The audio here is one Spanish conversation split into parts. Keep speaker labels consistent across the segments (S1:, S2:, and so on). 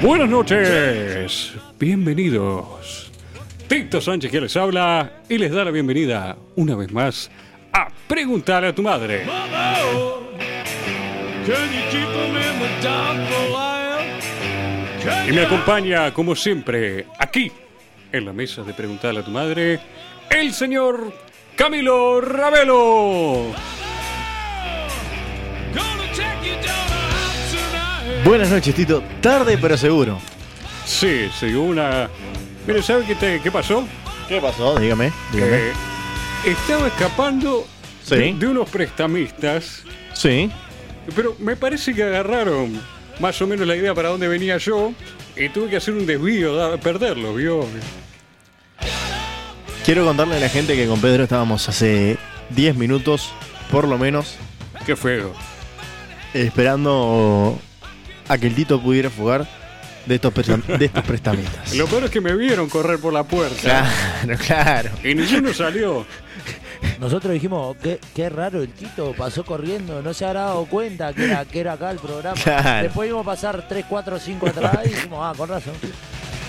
S1: Buenas noches, bienvenidos. Tito Sánchez que les habla y les da la bienvenida una vez más a Preguntar a tu madre. Y me acompaña, como siempre, aquí, en la mesa de Preguntar a tu madre, el señor Camilo Ravelo.
S2: Buenas noches, Tito. Tarde, pero seguro.
S1: Sí, se dio una... Mire, ¿sabe qué, te- qué pasó?
S2: ¿Qué pasó? Dígame, dígame.
S1: Eh, estaba escapando
S2: Sí.
S1: de, de unos prestamistas,
S2: Sí.
S1: pero me parece que agarraron más o menos la idea para dónde venía yo y tuve que hacer un desvío, da- perderlo, ¿vio?
S2: Quiero contarle a la gente que con Pedro estábamos hace 10 minutos, por lo menos,
S1: Qué feo.
S2: esperando a que el Tito pudiera fugar de estos, prestam- de estos prestamistas.
S1: Lo peor es que me vieron correr por la puerta
S2: Claro, claro.
S1: y ninguno salió.
S3: Nosotros dijimos, qué, qué raro el Tito, pasó corriendo, no se ha dado cuenta que era, que era acá el programa.
S2: Claro.
S3: Después íbamos a pasar 3, 4, 5 atrás y dijimos, ah, con razón.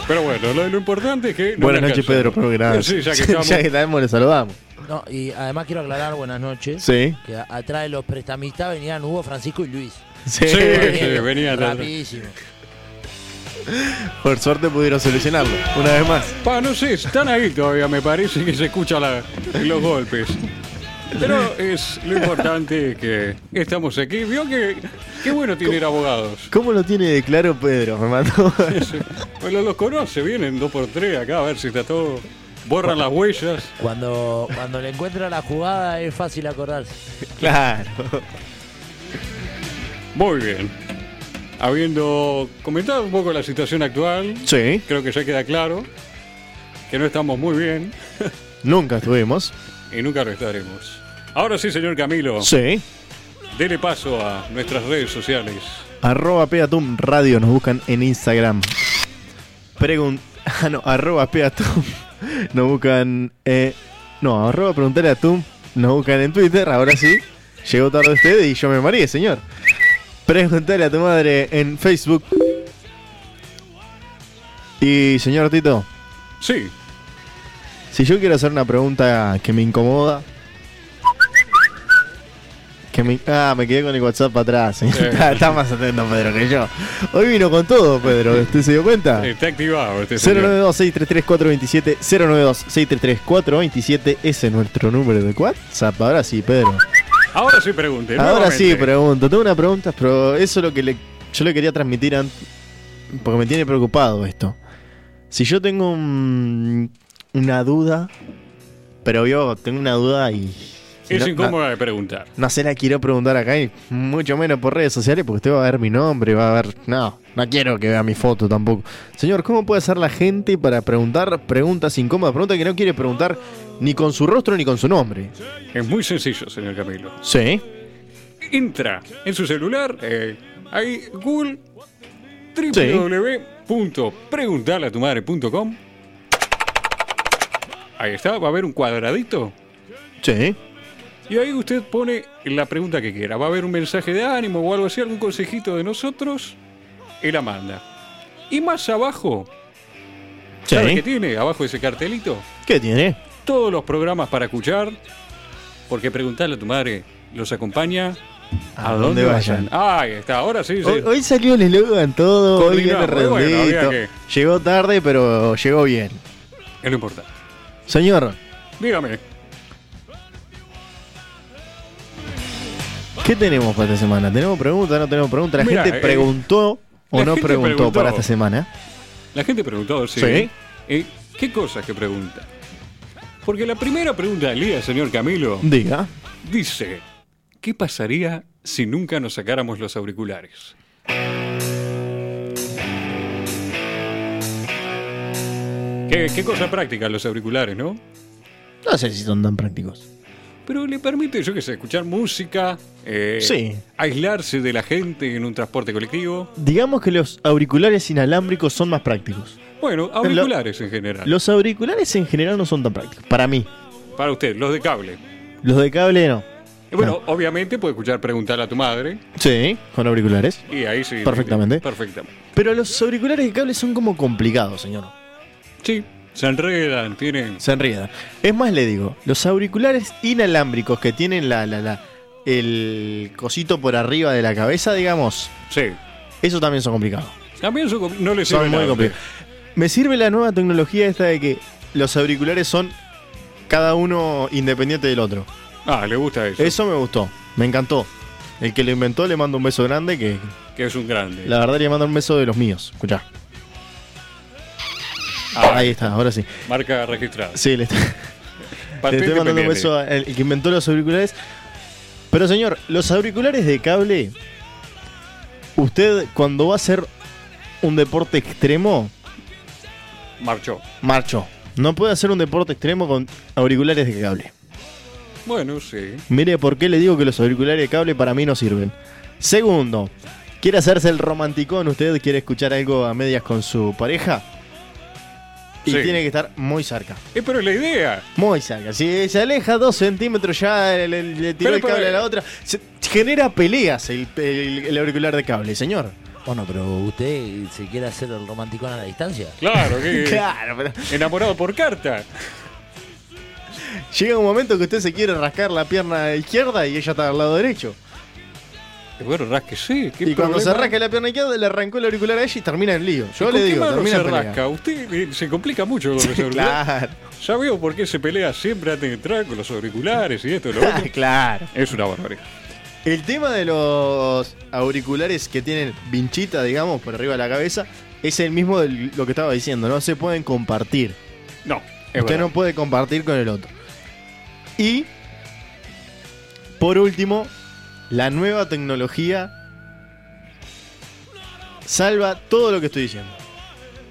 S1: Pero bueno, lo, lo importante es que... no
S2: Buenas
S1: me
S2: noches,
S1: alcanzó.
S2: Pedro. Pero que nada.
S1: Sí, ya que estamos...
S2: estamos, le saludamos.
S3: No, y además quiero aclarar, buenas noches,
S2: Sí.
S3: que a- atrás de los prestamistas venían Hugo, Francisco y Luis.
S2: Sí.
S1: Sí.
S3: Corriendo,
S1: venían atrás.
S3: Rapidísimo.
S2: Por suerte pudieron solucionarlo. Una vez más.
S1: Pa, no sé, están ahí todavía, me parece que se escuchan los golpes. Pero es lo importante es que estamos aquí. Vio que qué bueno tener abogados.
S2: ¿Cómo lo tiene de claro Pedro? Me mandó.
S1: Bueno, los pues conoce, vienen dos por tres acá a ver si está todo. Borran las huellas.
S3: Cuando, cuando le encuentra la jugada es fácil acordarse.
S2: claro.
S1: Muy bien. Habiendo comentado un poco la situación actual,
S2: Sí.
S1: creo que ya queda claro que no estamos muy bien
S2: Nunca estuvimos.
S1: y nunca lo estaremos. Ahora sí, señor Camilo,
S2: Sí.
S1: dele paso a nuestras redes sociales.
S2: Arroba Peatum Radio nos buscan en Instagram. Pregun ah, no, arroba Peatum nos buscan. eh, no, arroba preguntarle a Tum nos buscan en Twitter. Ahora sí, llegó tarde usted y yo me mareé, señor. Preguntarle a tu madre en Facebook. Y señor Tito,
S1: Sí,
S2: si yo quiero hacer una pregunta que me incomoda. Que me, ah, me quedé con el WhatsApp para atrás. señor.
S1: Sí.
S2: está, está más atento Pedro que yo. Hoy vino con todo, Pedro. ¿Usted se dio cuenta?
S1: está activado este señor.
S2: 092-633-427. 092-633-427. Ese es nuestro número de WhatsApp. Ahora sí, Pedro.
S1: Ahora sí pregunte.
S2: Ahora
S1: nuevamente.
S2: sí, pregunto. Tengo una pregunta, pero eso es lo que le- yo le quería transmitir an- Porque me tiene preocupado esto. Si yo tengo un- una duda, pero yo tengo una duda y.
S1: Es
S2: no,
S1: incómoda de preguntar.
S2: no- no se la quiero preguntar acá, y mucho menos por redes sociales, porque usted va a ver mi nombre, va a ver. No, no quiero que vea mi foto tampoco. Señor, ¿cómo puede hacer la gente para preguntar preguntas incómodas? Preguntas que no quiere preguntar ni con su rostro ni con su nombre.
S1: Es muy sencillo, señor Camilo.
S2: Sí.
S1: Entra en su celular, eh, ahí Google
S2: Sí.
S1: www.preguntarleatumadre.com. Ahí está, va a haber un cuadradito.
S2: Sí.
S1: Y ahí usted pone la pregunta que quiera. Va a haber un mensaje de ánimo o algo así, algún consejito de nosotros, y la manda. Y más abajo, ¿sabe qué
S2: Sí.
S1: tiene? Abajo de ese cartelito.
S2: ¿Qué tiene?
S1: todos los programas para escuchar, porque preguntarle a tu madre los acompaña
S2: A donde vayan.
S1: Ahí está, ahora sí, sí.
S2: Hoy, hoy salió el eslogan todo, hoy viene
S1: Coordinado, muy bueno,
S2: redondito.
S1: había
S2: Llegó tarde, pero llegó bien.
S1: es lo importante.
S2: Señor,
S1: Dígame,
S2: ¿qué tenemos para esta semana? ¿Tenemos preguntas? ¿No tenemos preguntas? ¿La
S1: Mirá,
S2: gente
S1: eh,
S2: preguntó o
S1: la
S2: no
S1: gente
S2: preguntó,
S1: preguntó.
S2: para esta semana?
S1: la gente preguntó, sí.
S2: Sí.
S1: Eh, ¿Qué cosas que pregunta? Porque la primera pregunta del día, señor Camilo,
S2: Diga.
S1: dice, ¿qué pasaría si nunca nos sacáramos los auriculares? Qué, qué cosa práctica los auriculares, ¿no?
S2: No sé si son tan prácticos.
S1: Pero le permite, yo qué sé, escuchar música, eh,
S2: Sí.
S1: aislarse de la gente en un transporte colectivo.
S2: Digamos que los auriculares inalámbricos son más prácticos.
S1: Bueno, auriculares en general.
S2: Los auriculares en general no son tan prácticos. Para mí.
S1: Para usted, los de cable.
S2: Los de cable no.
S1: Y bueno, obviamente puede escuchar preguntar a tu madre.
S2: Sí, con auriculares.
S1: Y ahí sí.
S2: Perfectamente.
S1: Perfectamente.
S2: Pero los auriculares de cable son como complicados, señor.
S1: Sí, se enredan, tienen.
S2: Se enriedan. Es más, le digo, los auriculares inalámbricos que tienen la, la, la, el cosito por arriba de la cabeza, digamos,
S1: Sí.
S2: esos también son complicados.
S1: También son com- no les
S2: Son
S1: sirve
S2: muy
S1: nada.
S2: complicados. Me sirve la nueva tecnología esta de que los auriculares son cada uno independiente del otro.
S1: Ah, le gusta eso.
S2: Eso me gustó, me encantó. El que lo inventó le mando un beso grande que
S1: Que es un grande.
S2: la verdad le mando un beso de los míos. Escuchá.
S1: Ah,
S2: Ahí está, ahora sí.
S1: Marca registrada.
S2: Sí, le está- Te
S1: Patente
S2: estoy mandando un
S1: pendiente.
S2: beso al que inventó los auriculares. Pero señor, los auriculares de cable, usted cuando va a hacer un deporte extremo,
S1: Marchó.
S2: marcho. No puede hacer un deporte extremo con auriculares de cable.
S1: Bueno, sí.
S2: Mire por qué le digo que los auriculares de cable para mí no sirven. Segundo, ¿quiere hacerse el romanticón? ¿Usted quiere escuchar algo a medias con su pareja? Y
S1: Sí.
S2: tiene que estar muy cerca.
S1: Eh, pero es la idea.
S2: Muy cerca. Si se aleja dos centímetros ya le, le- le tiró
S1: Pero,
S2: el cable
S1: pero,
S2: a la otra. Se genera peleas el, el- el auricular de cable, señor.
S3: Bueno, pero usted se quiere hacer el romanticón a la distancia.
S1: Claro, que
S2: Claro, pero
S1: enamorado por carta.
S2: llega un momento que usted se quiere rascar la pierna izquierda y ella está al lado derecho.
S1: Eh, Bueno, rasquese. ¿qué
S2: Y cuando se
S1: problema?
S2: rasca la pierna izquierda le arrancó el auricular a ella y termina en lío.
S1: ¿Y
S2: Yo
S1: con
S2: le
S1: qué
S2: digo,
S1: mano
S2: termina
S1: se
S2: en pelea.
S1: rasca. Usted eh, se complica mucho con los auriculares.
S2: Claro,
S1: Ya veo por qué se pelea siempre antes de entrar con los auriculares y esto y lo otro.
S2: claro.
S1: Es una barbaridad.
S2: El tema de los auriculares que tienen vinchita, digamos, por arriba de la cabeza, es el mismo de lo que estaba diciendo, no se pueden compartir.
S1: No, es
S2: Usted
S1: verdad.
S2: no puede compartir con el otro. Y, por último, la nueva tecnología salva todo lo que estoy diciendo.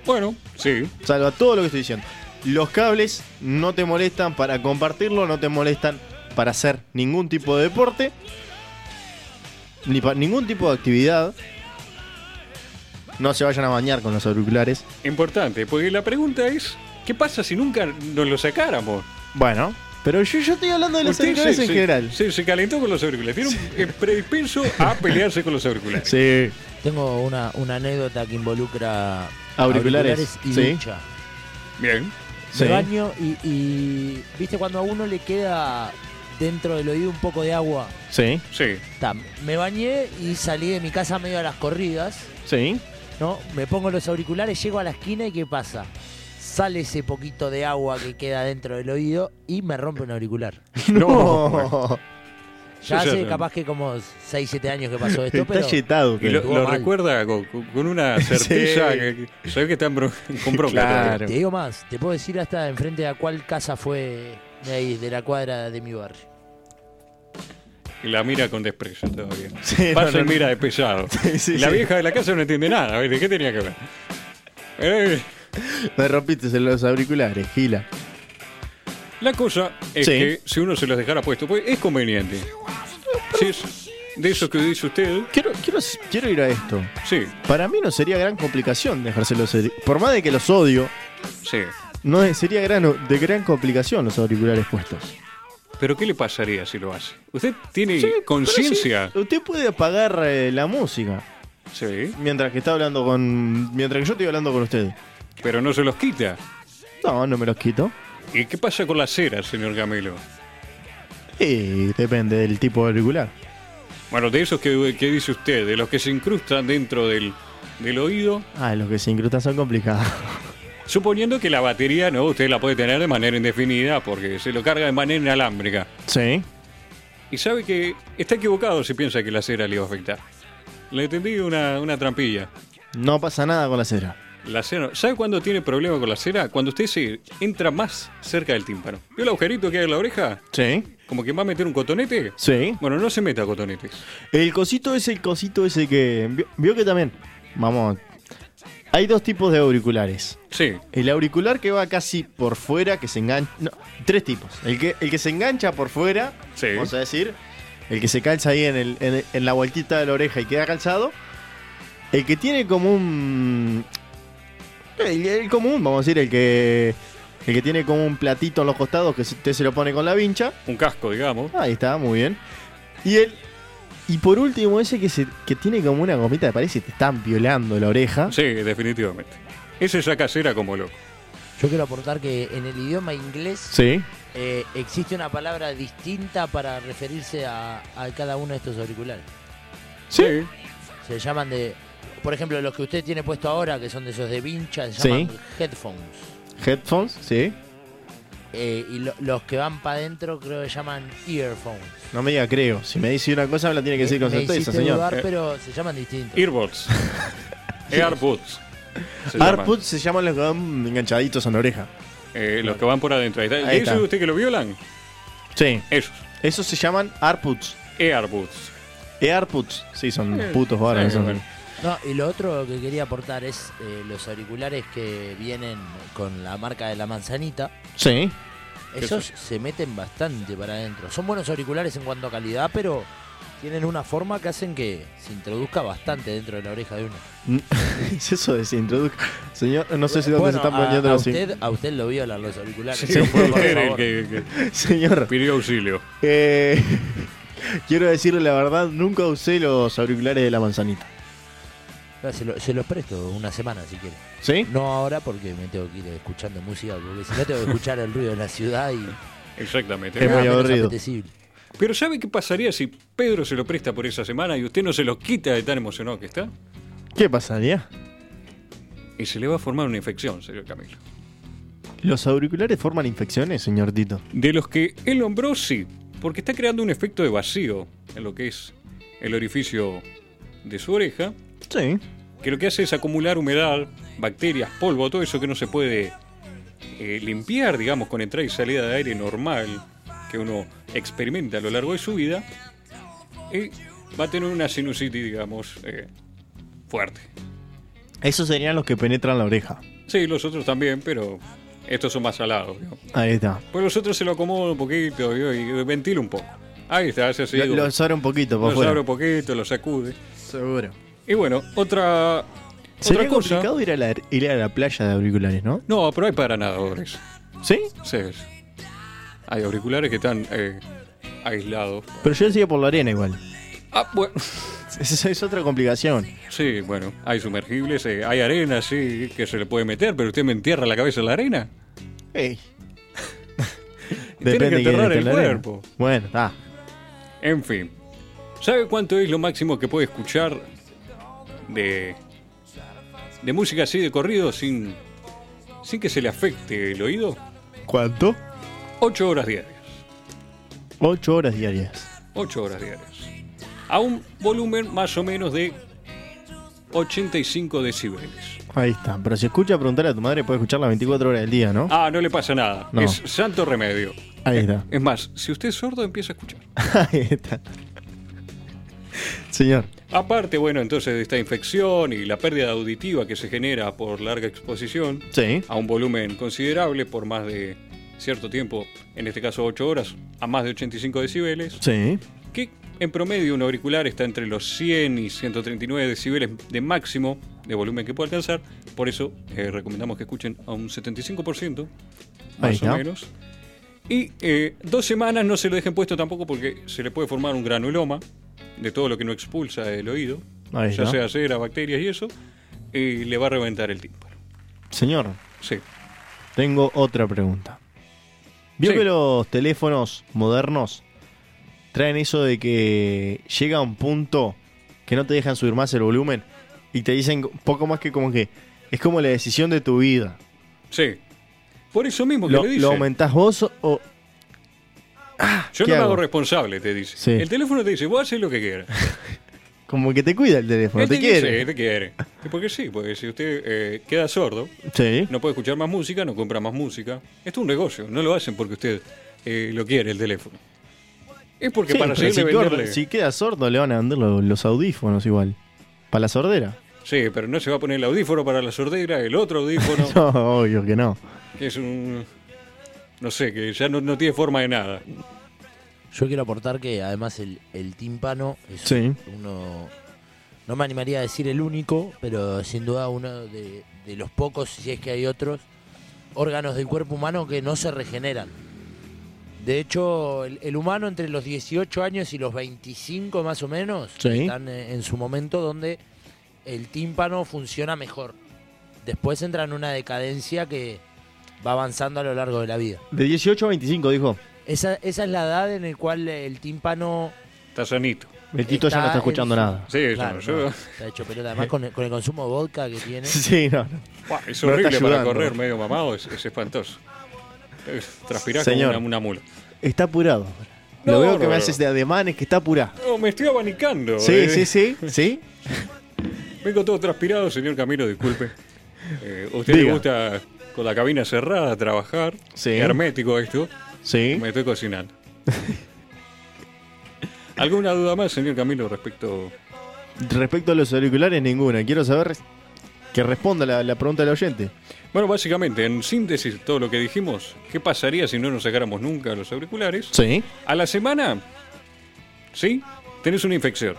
S1: Bueno, sí.
S2: Salva todo lo que estoy diciendo. Los cables no te molestan para compartirlo, no te molestan para hacer ningún tipo de deporte, ni para ningún tipo de actividad. No se vayan a bañar con los auriculares.
S1: Importante, porque la pregunta es, ¿qué pasa si nunca nos lo sacáramos?
S2: Bueno, pero yo, yo estoy hablando de los
S1: Usted
S2: auriculares
S1: se-
S2: en
S1: se-
S2: general.
S1: Se, se calentó con los auriculares. Tiene un eh, predispenso a pelearse con los auriculares.
S2: Sí.
S3: Tengo una, una anécdota que involucra
S2: Auriculares,
S3: y
S2: sí.
S3: ducha.
S1: Bien.
S2: Sí.
S3: Me baño y, y, viste cuando a uno le queda dentro del oído un poco de agua.
S2: Sí,
S1: Sí,
S3: Ta, me bañé y salí de mi casa medio a las corridas,
S2: sí.
S3: ¿no? Me pongo los auriculares, llego a la esquina y ¿qué pasa? Sale ese poquito de agua que queda dentro del oído y me rompe un auricular.
S1: No.
S3: Ya
S1: Sí, sí,
S3: hace
S1: sí.
S3: capaz que como 6, 7 años que pasó esto,
S2: Está
S3: pero...
S2: yetado.
S1: Y lo,
S3: Estuvo
S1: lo
S3: mal.
S1: recuerda con, con una certeza
S2: Sí.
S1: que, que- sabés que está en bro- con bronca.
S2: Claro.
S3: Te digo más, te puedo decir hasta enfrente de a cuál casa fue de ahí, de la cuadra de mi barrio.
S1: Y la mira con desprecio todavía.
S2: Sí,
S1: Pasa
S2: no, no,
S1: y mira de pesado.
S2: Sí, sí,
S1: Y la
S2: sí.
S1: vieja de la casa no entiende nada. A ver, ¿de qué tenía que ver? Eh,
S2: Me rompiste los auriculares, Gila.
S1: la cosa es
S2: Sí.
S1: que si uno se los dejara puestos, pues es conveniente. Si es de eso que dice usted,
S2: Quiero, quiero, quiero ir a esto.
S1: sí,
S2: Para mí no sería gran complicación dejarse los auriculares. Por más de que los odio,
S1: sí.
S2: no es- sería gran, de gran complicación los auriculares puestos.
S1: Pero ¿qué le pasaría si lo hace? ¿Usted tiene conciencia?
S2: Pero sí, usted puede apagar eh, la música
S1: Sí.
S2: mientras que está hablando con. Mientras que yo estoy hablando con usted.
S1: pero no se los quita.
S2: No, no me los quito.
S1: ¿Y qué pasa con la cera, señor Camelo?
S2: Y depende del tipo de auricular.
S1: Bueno, de esos que, que dice usted, de los que se incrustan dentro del, del oído,
S2: Ah, los que se incrustan son complicados.
S1: suponiendo que la batería no, usted la puede tener de manera indefinida porque se lo carga de manera inalámbrica.
S2: Sí.
S1: Y sabe que está equivocado si piensa que la cera le va a afectar. Le tendí una, una trampilla.
S2: No pasa nada con la cera.
S1: La cera, ¿Sabe cuándo tiene problema con la cera? Cuando usted se entra más cerca del tímpano. ¿Vio el agujerito que hay en la oreja?
S2: Sí.
S1: Como que va a meter un cotonete.
S2: Sí.
S1: Bueno, no se meta cotonetes.
S2: El cosito ese, el cosito ese que. Vio, vio que también. Vamos. Hay dos tipos de auriculares.
S1: Sí,
S2: El auricular que va casi por fuera, que se engancha. No, tres tipos. El que, el que se engancha por fuera,
S1: Sí.
S2: vamos a decir. El que se calza ahí en, el- en- en la vueltita de la oreja y queda calzado. El que tiene como un. El, el común, vamos a decir, el que. El que tiene como un platito en los costados que se- usted se lo pone con la vincha.
S1: un casco, digamos.
S2: Ahí está, muy bien. Y el y por último, ese que, se, que tiene como una gomita, parece que te están violando la oreja.
S1: Sí, definitivamente. Ese saca cera como loco.
S3: Yo quiero aportar que en el idioma inglés
S2: Sí.
S3: eh, existe una palabra distinta para referirse a, a cada uno de estos auriculares.
S2: Sí.
S3: Se llaman de. Por ejemplo, los que usted tiene puesto ahora, que son de esos de vincha, se llaman
S2: Sí.
S3: headphones.
S2: Headphones, sí.
S3: Eh, y lo- los que van para adentro creo que llaman earphones.
S2: No me diga creo. Si me dice una cosa, me la tiene que decir con
S3: Me
S2: certeza,
S3: hiciste
S2: señor. Eh.
S3: dudar, pero se llaman distintos.
S1: Earbuds. Airbuds. se llaman.
S2: Arputs se llaman los que van enganchaditos en la oreja.
S1: Eh, los que van por adentro. Ahí está.
S2: Ahí
S1: ¿Y eso
S2: está.
S1: de usted que lo violan?
S2: Sí.
S1: Esos.
S2: Esos se llaman Arputs.
S1: Earbuds.
S2: Earputs. Sí, son
S1: Eh,
S2: putos varones.
S1: sí,
S2: son-
S1: bueno.
S3: No, y lo otro que quería aportar es eh, los auriculares que vienen con la marca de la manzanita.
S2: Sí.
S3: Esos se meten bastante para adentro. Son buenos auriculares en cuanto a calidad, pero tienen una forma que hacen que se introduzca bastante dentro de la oreja de uno.
S2: Es eso de se introduzca. Señor, no sé si dónde
S3: Bueno,
S2: se están
S3: a-
S2: poniendo
S3: a,
S2: los in-
S3: usted, a usted lo violan los auriculares.
S1: Sí, fue
S3: Por
S1: usted el
S3: favor.
S1: que, que
S2: Señor,
S1: pidió auxilio.
S2: eh, quiero decirle la verdad, nunca usé los auriculares de la manzanita.
S3: No, se, lo- se los presto una semana si quiere.
S2: ¿Sí?
S3: No ahora porque me tengo que ir escuchando música, porque si no tengo que escuchar el ruido de la ciudad y
S1: Exactamente.
S2: Es
S3: nada
S2: muy
S3: menos
S2: aburrido.
S3: apetecible.
S1: Pero ¿sabe qué pasaría si Pedro se lo presta por esa semana y usted no se lo quita de tan emocionado que está?
S2: ¿Qué pasaría?
S1: Y se le va a formar una infección, señor Camilo.
S2: ¿Los auriculares forman infecciones, señor Tito?
S1: De los que él nombró, sí, porque está creando un efecto de vacío en lo que es el orificio de su oreja,
S2: Sí.
S1: que lo que hace es acumular humedad, bacterias, polvo, todo eso que no se puede eh, limpiar, digamos, con entrada y salida de aire normal que uno experimenta a lo largo de su vida, y va a tener una sinusitis, digamos, eh, fuerte.
S2: Esos serían los que penetran la oreja.
S1: Sí, los otros también, pero estos son más salados. ¿no?
S2: Ahí está.
S1: Pues los otros se lo acomodo un poquito ¿vio? y ventila un poco. Ahí está, hace así.
S2: Lo- los abro un poquito por
S1: los
S2: fuera.
S1: abre un poquito, los sacude.
S2: Seguro.
S1: Y bueno, otra,
S2: Sería
S1: otra cosa.
S2: complicado ir a, la, ir a la playa de auriculares, ¿no?
S1: No, pero hay para nadadores.
S2: ¿Sí?
S1: Sí. Hay auriculares que están eh, aislados.
S2: Pero yo decía por la arena igual.
S1: Ah, bueno.
S2: Esa es otra complicación.
S1: Sí, bueno, hay sumergibles, eh, hay arena, sí, que se le puede meter, pero usted me entierra la cabeza en la arena.
S2: Ey.
S1: Tiene que
S2: quién
S1: enterrar el
S2: esté en la arena.
S1: cuerpo.
S2: Bueno, ah. está.
S1: En fin, ¿sabe cuánto es lo máximo que puede escuchar de, de música así de corrido sin, sin que se le afecte el oído?
S2: ¿Cuánto?
S1: 8 horas diarias.
S2: Ocho horas diarias.
S1: 8 horas diarias. A un volumen más o menos de 85 decibeles.
S2: Ahí está. Pero si escucha preguntar a tu madre, puede escuchar las 24 horas del día, ¿no?
S1: Ah, no le pasa nada.
S2: No.
S1: Es santo remedio.
S2: Ahí está.
S1: Es más, si usted es sordo, empieza a escuchar.
S2: Ahí está. Señor.
S1: Aparte, bueno, entonces de esta infección y la pérdida auditiva que se genera por larga exposición,
S2: Sí.
S1: a un volumen considerable por más de cierto tiempo, en este caso 8 horas, a más de 85 decibeles,
S2: Sí.
S1: que en promedio un auricular está entre los 100 y 139 decibeles de máximo de volumen que puede alcanzar, por eso eh, recomendamos que escuchen a un 75%,
S2: Ahí
S1: más
S2: está.
S1: o menos. Y eh, dos semanas no se lo dejen puesto tampoco porque se le puede formar un granuloma de todo lo que no expulsa el oído,
S2: Ahí
S1: ya
S2: está.
S1: sea cera, bacterias y eso, y le va a reventar el tímpano.
S2: Señor,
S1: Sí.
S2: tengo otra pregunta. Vio
S1: Sí.
S2: que los teléfonos modernos traen eso de que llega un punto que no te dejan subir más el volumen y te dicen poco más que como que es como la decisión de tu vida.
S1: Sí. Por eso mismo que
S2: Lo,
S1: le dice.
S2: lo aumentás vos o- o...
S1: Yo
S2: ¿qué
S1: no me hago
S2: hago?
S1: responsable, te dice.
S2: Sí.
S1: El teléfono te dice, vos haces lo que quieras.
S2: Como que te cuida el teléfono,
S1: Él
S2: te
S1: dice,
S2: quiere.
S1: te quiere. Y porque sí, porque si usted eh, queda sordo,
S2: Sí.
S1: no puede escuchar más música, no compra más música. Esto es un negocio, no lo hacen porque usted eh, lo quiere el teléfono. Es porque
S2: Sí,
S1: para
S2: pero
S1: seguirle
S2: si,
S1: venderle.
S2: corre- si queda sordo le van a vender lo- los audífonos igual. Para la sordera.
S1: Sí, pero no se va a poner el audífono para la sordera, el otro audífono,
S2: No, obvio que no.
S1: que es un. No sé, que ya no, no tiene forma de nada.
S3: Yo quiero aportar que además el, el tímpano es
S2: Sí.
S3: uno, no me animaría a decir el único, pero sin duda uno de, de los pocos, si es que hay otros, órganos del cuerpo humano que no se regeneran. De hecho, el, el humano entre los 18 años y los 25 más o menos
S2: Sí.
S3: están eh, en su momento donde el tímpano funciona mejor. Después entra en una decadencia que va avanzando a lo largo de la vida.
S2: De 18 a 25, dijo.
S3: Esa, esa es la edad en la cual el tímpano...
S1: Está sanito.
S2: El Tito ya no está
S3: en
S2: escuchando
S3: su-
S2: nada.
S1: Sí, eso
S3: Claro,
S1: no, yo-
S3: no, está hecho pelota. Además, con el, con el consumo de vodka que tiene...
S2: Sí, no. no.
S1: Buah, es
S2: No está
S1: horrible para
S2: ayudando.
S1: correr medio mamado, es, es espantoso. Es- Transpirás
S2: Señor.
S1: como una, una mula.
S2: Está apurado.
S1: No,
S2: Lo veo que
S1: no,
S2: me
S1: no.
S2: haces de ademanes que está apurado.
S1: No, me estoy abanicando.
S2: Sí,
S1: eh.
S2: sí, sí, sí.
S1: Vengo todo transpirado, señor Camilo, disculpe. Eh, ¿a ¿Usted le
S2: Diga.
S1: gusta con la cabina cerrada trabajar?
S2: Sí.
S1: Hermético esto.
S2: Sí.
S1: Me estoy cocinando. ¿Alguna duda más, señor Camilo, respecto
S2: Respecto a los auriculares, ninguna. Quiero saber res- que responda la, la pregunta del oyente.
S1: Bueno, básicamente, en síntesis, todo lo que dijimos, ¿qué pasaría si no nos sacáramos nunca los auriculares?
S2: Sí.
S1: A la semana, ¿sí? Tenés una infección.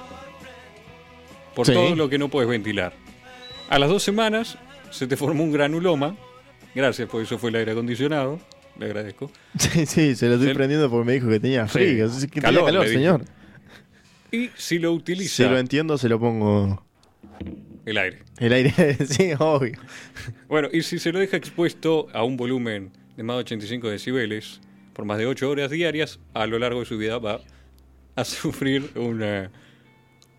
S1: Por
S2: Sí.
S1: todo lo que no puedes ventilar. A las dos semanas, se te formó un granuloma. Gracias, por eso fue el aire acondicionado. Le agradezco.
S2: Sí, sí, se lo estoy
S1: Sí.
S2: prendiendo porque me dijo que tenía
S1: Sí.
S2: frío. así que
S1: Calor,
S2: tenía calor
S1: le dije.
S2: señor.
S1: Y si lo
S2: Si
S1: utiliza
S2: lo entiendo, se lo pongo
S1: el aire.
S2: el aire. sí, obvio.
S1: Bueno, y si se lo deja expuesto a un volumen de más de 85 decibeles por más de 8 horas diarias, a lo largo de su vida va a sufrir una,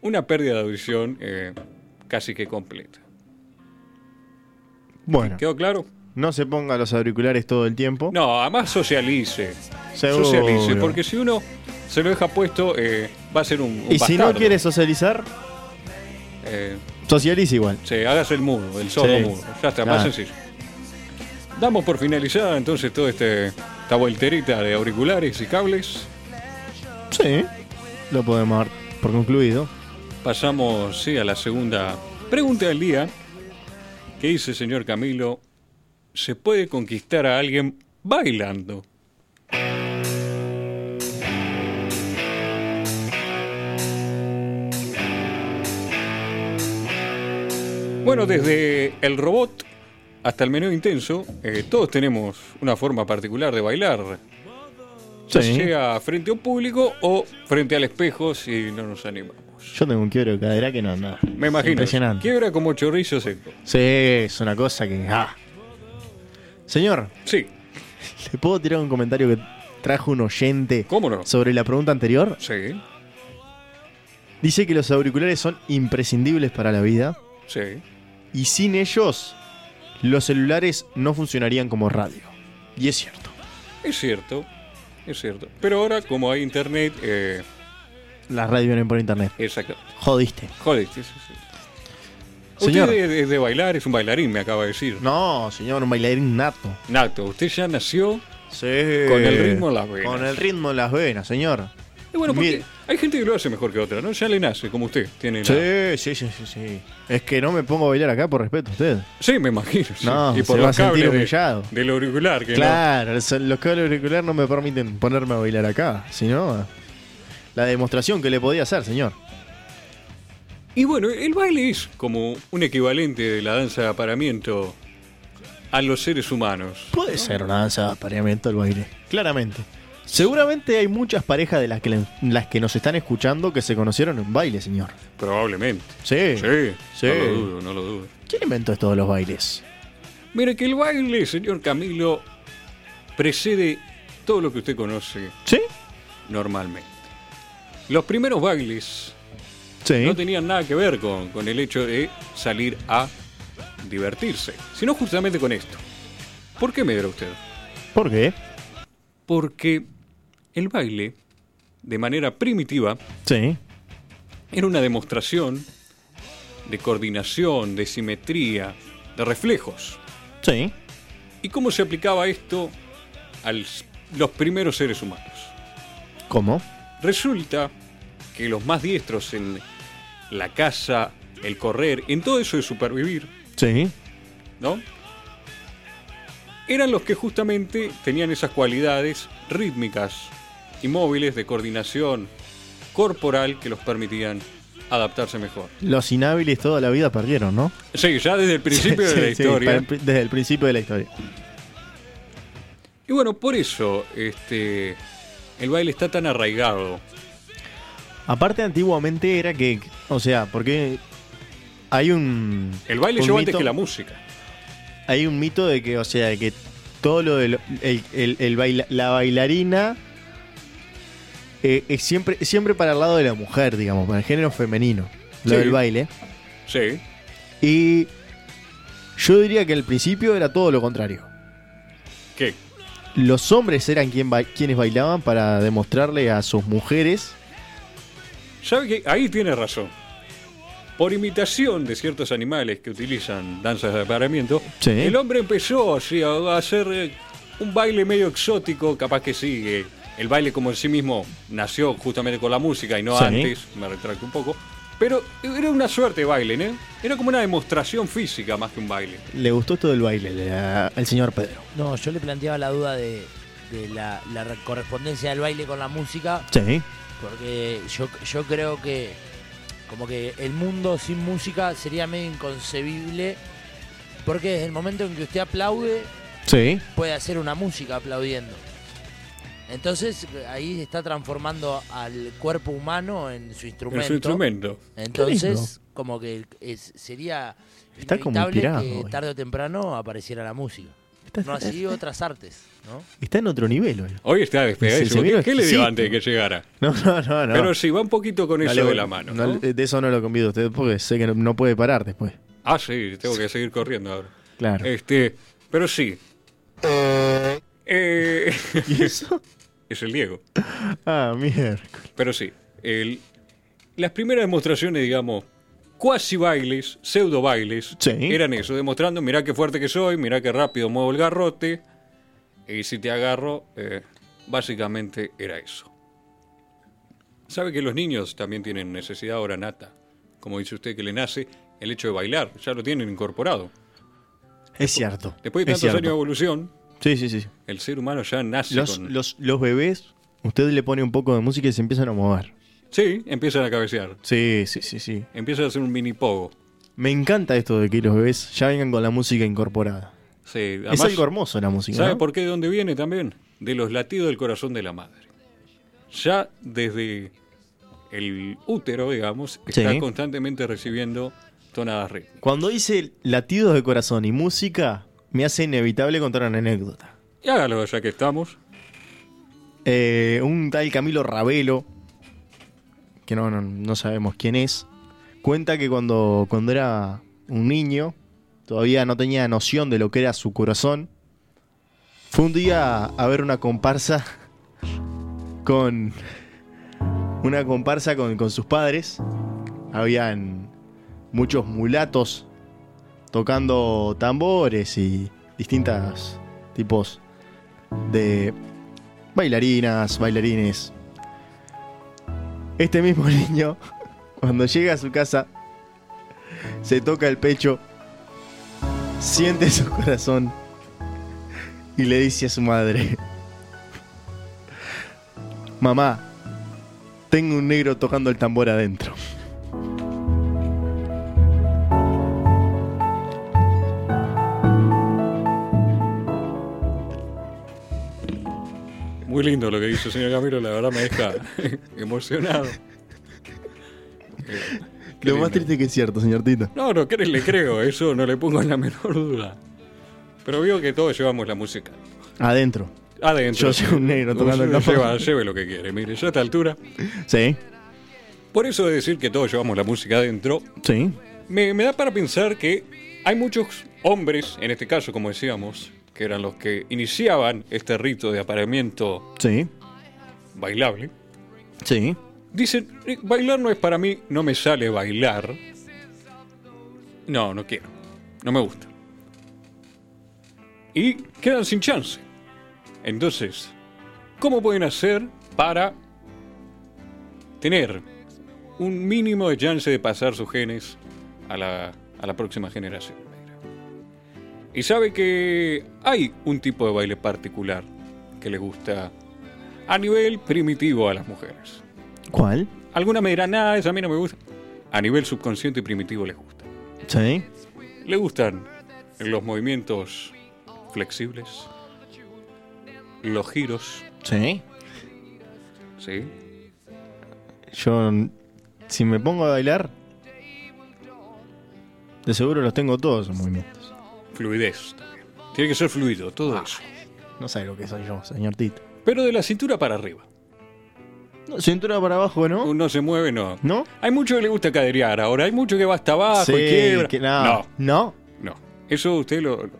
S1: una pérdida de audición eh, casi que completa.
S2: Bueno,
S1: ¿Quedó claro?
S2: no se ponga los auriculares todo el tiempo.
S1: No, además socialice.
S2: Seguro.
S1: Socialice, porque si uno se lo deja puesto, eh, va a ser un, un
S2: Y si no
S1: bastardo.
S2: quiere socializar,
S1: Eh,
S2: socializa igual.
S1: se hágase el mudo, el sordo
S2: Sí.
S1: mudo. Ya está,
S2: Claro.
S1: más sencillo. Damos por finalizada entonces toda este, esta volterita de auriculares y cables.
S2: Sí, lo podemos dar por concluido.
S1: Pasamos sí, a la segunda pregunta del día. ¿Qué dice, señor Camilo? ¿Se puede conquistar a alguien bailando? Bueno, desde el robot hasta el menú intenso, eh, todos tenemos una forma particular de bailar. Ya
S2: Sí.
S1: sea frente a un público o frente al espejo si no nos animamos.
S2: Yo tengo un quiebro de cadera que no anda.
S1: Me imagino.
S2: Impresionante.
S1: Quiebra como chorrillo seco.
S2: Sí, es una cosa que. ah. Señor,
S1: Sí,
S2: ¿le puedo tirar un comentario que trajo un oyente
S1: cómo no.
S2: sobre la pregunta anterior?
S1: Sí,
S2: Dice que los auriculares son imprescindibles para la vida
S1: sí.
S2: y sin ellos los celulares no funcionarían como radio. Y es cierto.
S1: Es cierto, es cierto. Pero ahora, como hay internet, eh,
S2: Las radios vienen por internet.
S1: exacto.
S2: Jodiste.
S1: Joder, sí, sí, sí.
S2: Señor.
S1: Usted es de, de bailar, es un bailarín, me acaba de decir.
S2: No, señor, un bailarín nato.
S1: Nato, usted ya nació.
S2: Sí.
S1: Con el ritmo en las venas.
S2: Con el ritmo en las venas, señor.
S1: Y bueno, porque
S2: Mire.
S1: hay gente que lo hace mejor que otra, ¿no? Ya le nace, como usted. Tiene la-
S2: Sí, sí, sí, sí, sí. Es que no me pongo a bailar acá por respeto a usted.
S1: Sí, me imagino. sí.
S2: No,
S1: y por
S2: se va a
S1: los
S2: sentir
S1: cables de-
S2: humillado.
S1: del auricular, que
S2: Claro, los los cables auriculares no me permiten ponerme a bailar acá. Si no, la demostración que le podía hacer, señor.
S1: no. Y bueno, el baile es como un equivalente de la danza de aparamiento a los seres humanos.
S2: Puede ser una danza de apareamiento al baile. Claramente. Seguramente hay muchas parejas de las que, le- las que nos están escuchando que se conocieron en baile, señor.
S1: Probablemente.
S2: Sí.
S1: Sí,
S2: Sí.
S1: No lo dudo, no lo dudo.
S2: ¿Quién inventó esto de los bailes?
S1: Mira que el baile, señor Camilo, precede todo lo que usted conoce
S2: ¿Sí?
S1: normalmente. Los primeros bailes
S2: Sí.
S1: no tenían nada que ver con, con el hecho de salir a divertirse, sino justamente con esto. ¿Por qué me dirá usted?
S2: ¿Por qué?
S1: Porque el baile, de manera primitiva,
S2: Sí.
S1: era una demostración de coordinación, de simetría, de reflejos.
S2: Sí.
S1: ¿Y cómo se aplicaba esto a los primeros seres humanos?
S2: ¿Cómo?
S1: Resulta que los más diestros en la caza, el correr, en todo eso de supervivir,
S2: Sí.
S1: ¿no? Eran los que justamente tenían esas cualidades rítmicas y móviles de coordinación corporal que los permitían adaptarse mejor.
S2: Los inhábiles toda la vida perdieron, ¿no?
S1: Sí, ya desde el principio
S2: Sí,
S1: de la
S2: sí,
S1: historia.
S2: para- desde el principio de la historia.
S1: Y bueno, por eso, este, el baile está tan arraigado.
S2: Aparte, antiguamente era que. O sea, porque. Hay un.
S1: El baile
S2: un
S1: llegó antes
S2: mito-
S1: que la música.
S2: Hay un mito de que, o sea, de que todo lo del. El, el- el baila- la bailarina. eh, es siempre, siempre para el lado de la mujer, digamos, para el género femenino. Lo
S1: Sí.
S2: del baile.
S1: Sí.
S2: Y. Yo diría que al principio era todo lo contrario.
S1: ¿Qué?
S2: los hombres eran quien ba- quienes bailaban para demostrarle a sus mujeres.
S1: ¿Sabe que Ahí tiene razón. Por imitación de ciertos animales que utilizan danzas de apareamiento,
S2: Sí.
S1: el hombre empezó así, a a hacer eh, un baile medio exótico, capaz que sí. eh, El baile como en sí mismo nació justamente con la música y no
S2: Sí.
S1: antes, me retracto un poco. Pero era una suerte de baile, ¿no? Era como una demostración física más que un baile.
S2: Le gustó esto del baile le- a- al señor Pedro.
S3: No, yo le planteaba la duda de, de la, la re- correspondencia del baile con la música,
S2: Sí.
S3: porque yo, yo creo que como que el mundo sin música sería medio inconcebible, porque desde el momento en que usted aplaude,
S2: Sí.
S3: puede hacer una música aplaudiendo. Entonces ahí está transformando al cuerpo humano en su instrumento.
S1: Es su instrumento.
S3: Entonces, como que es- sería
S2: Está como
S3: inevitable
S2: inspirado
S3: que
S2: hoy.
S3: tarde o temprano apareciera la música.
S2: Está,
S3: No así otras artes, ¿no?
S2: está en otro nivel hoy.
S1: Hoy está
S2: Sí, se
S1: despegado.
S2: vino
S1: ¿Qué le dio
S2: exquisito.
S1: antes de que llegara?
S2: No, no, no, no.
S1: Pero sí, va un poquito con
S2: No
S1: eso
S2: le-
S1: de la mano.
S2: no
S1: ¿no?
S2: le- De eso no lo convido a usted porque sé que no, no puede parar después.
S1: Ah, sí, tengo que seguir corriendo ahora.
S2: Claro.
S1: Este, pero sí. Eh,
S2: ¿Y eso?
S1: es el Diego.
S2: ah, mierda.
S1: Pero sí. el- las primeras demostraciones, digamos, cuasi bailes, pseudo bailes,
S2: Sí.
S1: eran eso, demostrando, mirá qué fuerte que soy, mirá qué rápido muevo el garrote, y si te agarro, eh, básicamente era eso. ¿Sabe que los niños también tienen necesidad ahora nata? Como dice usted que le nace el hecho de bailar, ya lo tienen incorporado.
S2: Es cierto.
S1: Después de
S2: es
S1: tantos
S2: cierto.
S1: años de evolución,
S2: Sí, sí, sí.
S1: el ser humano ya nace
S2: Los,
S1: con...
S2: los, los bebés, usted le pone un poco de música y se empiezan a mover.
S1: Sí, empiezan a cabecear.
S2: Sí, sí, sí, sí.
S1: Empiezan a hacer un mini pogo.
S2: Me encanta esto de que los bebés ya vengan con la música incorporada.
S1: Sí,
S2: es
S1: además,
S2: algo hermoso la música.
S1: ¿Sabe
S2: ¿no?
S1: por qué de dónde viene también? De los latidos del corazón de la madre. Ya desde el útero, digamos, está
S2: Sí.
S1: constantemente recibiendo tonadas rítmicas.
S2: Cuando dice latidos de corazón y música, me hace inevitable contar una anécdota.
S1: Y hágalo ya que estamos.
S2: Eh, un tal Camilo Ravelo, que no, no, no sabemos quién es, cuenta que cuando, cuando era un niño, todavía no tenía noción de lo que era su corazón. Fue un día a ver una comparsa con. Una comparsa con, con sus padres. Habían muchos mulatos tocando tambores y distintos tipos de bailarinas, bailarines. Este mismo niño, cuando llega a su casa, se toca el pecho, siente su corazón y le dice a su madre, mamá, tengo un negro tocando el tambor adentro.
S1: Muy lindo lo que dice el señor Camilo, la verdad me deja emocionado. Eh, qué
S2: Lo más
S1: lindo.
S2: triste que es cierto, señor Tito.
S1: No, no cre- le creo, eso no le pongo la menor duda. Pero veo que todos llevamos la música.
S2: Adentro.
S1: Adentro.
S2: Yo soy un negro tocando el tambor.
S1: lleva, lleve lo que quiere, mire, ya a esta altura.
S2: Sí,
S1: Por eso de decir que todos llevamos la música adentro,
S2: sí.
S1: me, me da para pensar que hay muchos hombres, en este caso, como decíamos, que eran los que iniciaban este rito de apareamiento
S2: Sí,
S1: bailable.
S2: sí.
S1: Dicen, "Eh, bailar no es para mí, no me sale bailar. No, no quiero. No me gusta. Y quedan sin chance. Entonces, ¿cómo pueden hacer para tener un mínimo de chance de pasar sus genes a la, a la próxima generación? Y sabe que hay un tipo de baile particular que le gusta a nivel primitivo a las mujeres.
S2: ¿Cuál?
S1: Algunas me dirán, nada, esa a mí no me gusta. A nivel subconsciente y primitivo les gusta.
S2: Sí.
S1: Le gustan los movimientos flexibles, los giros,
S2: Sí.
S1: ¿sí?
S2: Yo, n- si me pongo a bailar, de seguro los tengo todos esos movimientos.
S1: Fluidez. también. Tiene que ser fluido, todo eso.
S2: No sabe lo que soy yo, señor Tito.
S1: Pero de la cintura para arriba.
S2: No, cintura para abajo, ¿no?
S1: Uno se mueve, no.
S2: ¿No?
S1: Hay mucho que le gusta caderear ahora, hay mucho que va hasta abajo
S2: Sí,
S1: y quiebra.
S2: que nada.
S1: no,
S2: ¿No?
S1: no. Eso usted lo.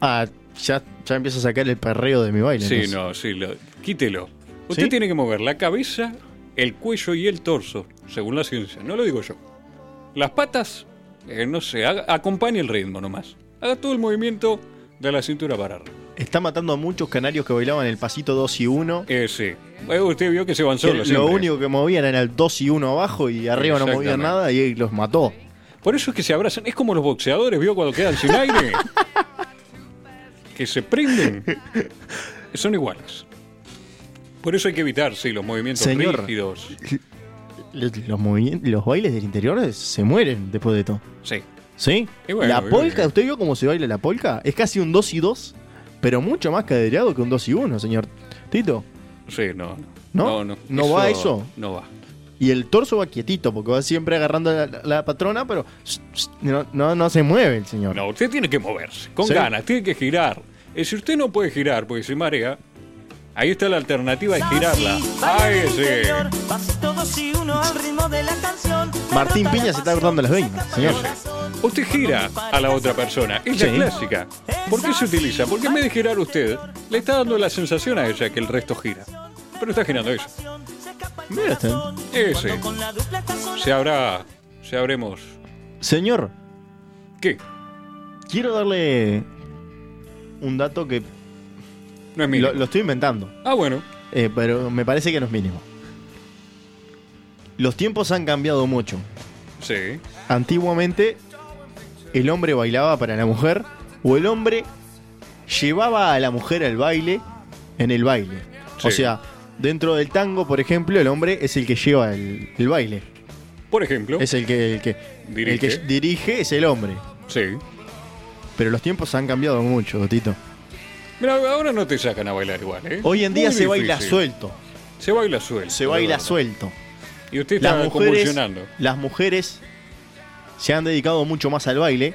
S2: Ah, ya, ya empiezo a sacar el perreo de mi baile.
S1: Sí,
S2: entonces.
S1: no, sí, lo- quítelo. Usted
S2: ¿Sí?
S1: tiene que mover la cabeza, el cuello y el torso, según la ciencia. No lo digo yo. Las patas, eh, no sé, haga- acompañe el ritmo nomás. Haga todo el movimiento de la cintura para arriba.
S2: Está matando a muchos canarios que bailaban el pasito 2 y 1.
S1: Eh, sí. Eh, usted vio que se van solos.
S2: lo
S1: siempre.
S2: único que movían era el 2 y 1 abajo y arriba no movían
S1: Exactamente.
S2: nada y los mató.
S1: Por eso es que se abrazan. Es como los boxeadores, ¿vio? Cuando quedan sin aire. que se prenden. Son iguales. Por eso hay que evitar, sí, los movimientos
S2: Señor.
S1: rígidos.
S2: Los, los movimientos- los bailes del interior se mueren después de todo.
S1: Sí.
S2: ¿Sí?
S1: Y bueno,
S2: la
S1: bien,
S2: polca,
S1: bien.
S2: ¿usted vio cómo se baila la polca? Es casi un 2 y 2, pero mucho más cadereado que un 2 y 1, señor Tito.
S1: Sí, no.
S2: ¿No? ¿No va eso?
S1: No va.
S2: Y el torso va quietito, porque va siempre agarrando la, la patrona, pero no, no, no se mueve el señor.
S1: No, usted tiene que moverse, con
S2: Sí.
S1: ganas, tiene que girar. Eh, si usted no puede girar porque se marea, ahí está la alternativa de girarla. Ahí sí.
S2: Martín Piña se está cortando las venas, señor.
S1: Usted gira a la otra persona. Es la
S2: Sí.
S1: clásica. ¿Por qué se utiliza? Porque en vez de girar usted, le está dando la sensación a ella que el resto gira. Pero está girando ella.
S2: Mira este.
S1: Ese. Se habrá. Se habremos.
S2: Señor,
S1: ¿Qué?
S2: quiero darle un dato que
S1: No es mío.
S2: lo, lo estoy inventando,
S1: Ah, bueno.
S2: eh, pero me parece que no es mínimo. Los tiempos han cambiado mucho.
S1: Sí.
S2: Antiguamente el hombre bailaba para la mujer o el hombre llevaba a la mujer al baile en el baile. O
S1: Sí.
S2: sea, dentro del tango, por ejemplo, el hombre es el que lleva el, el baile.
S1: Por ejemplo.
S2: Es el que, el que-
S1: Dirige.
S2: el que dirige es el hombre.
S1: Sí.
S2: Pero los tiempos han cambiado mucho, Tito.
S1: Mira, ahora no te sacan a bailar igual, ¿eh?
S2: Hoy en día
S1: Muy
S2: se baila
S1: difícil.
S2: suelto.
S1: Se baila suelto.
S2: Se
S1: de
S2: baila
S1: verdad.
S2: suelto.
S1: Y usted está
S2: Las mujeres,
S1: convulsionando.
S2: las mujeres se han dedicado mucho más al baile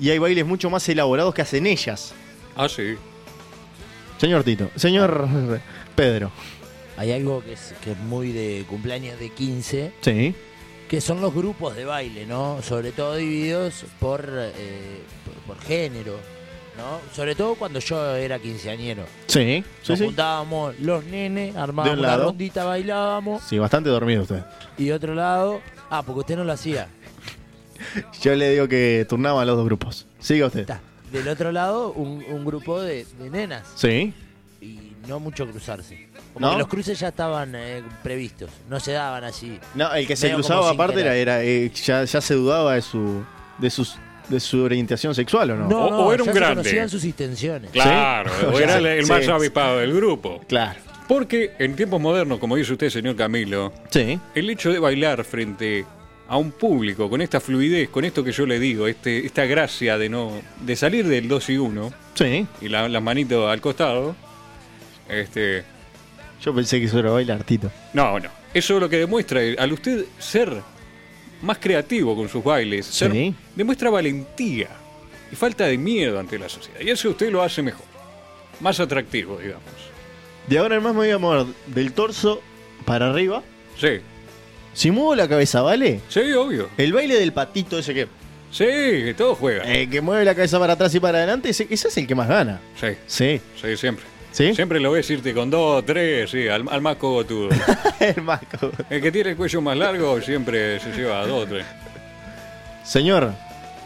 S2: y hay bailes mucho más elaborados que hacen ellas.
S1: Ah, sí.
S2: Señor Tito, señor Pedro.
S3: Hay algo que es, que es muy de cumpleaños de 15,
S2: Sí.
S3: que son los grupos de baile, ¿no? Sobre todo divididos por, eh, por, por género, ¿no? Sobre todo cuando yo era quinceañero.
S2: Sí. Sí,
S3: Nos
S2: sí.
S3: juntábamos los nenes,
S2: De
S3: armábamos
S2: un
S3: una
S2: lado.
S3: rondita, bailábamos,
S2: Sí, bastante dormido usted.
S3: y de otro lado... Ah, porque usted no lo hacía.
S2: Yo le digo que turnaba a los dos grupos. Siga usted.
S3: Está. Del otro lado, un, un grupo de, de nenas.
S2: Sí.
S3: Y no mucho cruzarse. Como
S2: ¿No?
S3: que los cruces ya estaban eh, previstos. No se daban así.
S2: No, el que se
S3: Medio como
S2: cruzaba
S3: sin
S2: aparte era,
S3: querer.
S2: era, eh, ya, ya se dudaba de su de sus de su orientación sexual o no.
S1: O- o era
S3: ya
S1: un
S3: se
S1: grande.
S3: conocían sus intenciones.
S1: Claro.
S2: Sí.
S1: o Era el- el más
S2: Sí.
S1: avipado del grupo.
S2: Claro.
S1: Porque en tiempos modernos, como dice usted, señor Camilo,
S2: Sí.
S1: el hecho de bailar frente a un público con esta fluidez, con esto que yo le digo, este, esta gracia de no de salir del 2 y 1
S2: Sí.
S1: y la- las manitos al costado, este,
S2: Yo pensé que eso era bailar, Tito.
S1: no, no. Eso lo que demuestra eh, al usted ser más creativo con sus bailes, ser-
S2: Sí.
S1: demuestra valentía y falta de miedo ante la sociedad. Y eso usted lo hace mejor, más atractivo, digamos.
S2: De ahora en más me voy a mover del torso para arriba.
S1: Sí,
S2: Si muevo la cabeza, ¿vale?
S1: sí, obvio.
S2: El baile del patito ese que,
S1: Sí, que todo juega.
S2: eh, que mueve la cabeza para atrás y para adelante, ese, ese es el que más gana.
S1: Sí.
S2: Sí.
S1: Sí, siempre.
S2: ¿Sí?
S1: Siempre lo ves irte con dos, tres, sí, al, al más cogotudo.
S2: el más co-
S1: El que tiene el cuello más largo siempre se lleva a dos, tres.
S2: Señor,